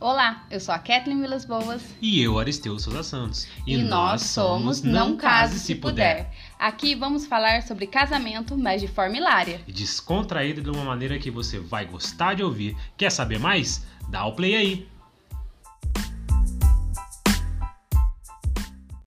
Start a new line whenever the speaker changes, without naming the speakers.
Olá, eu sou a Kathleen Vilas Boas.
E eu, Aristeu Souza Santos.
E, nós somos Não Case Se Puder. Aqui vamos falar sobre casamento, mas de forma hilária.
E Descontraído de uma maneira que você vai gostar de ouvir. Quer saber mais? Dá o play aí.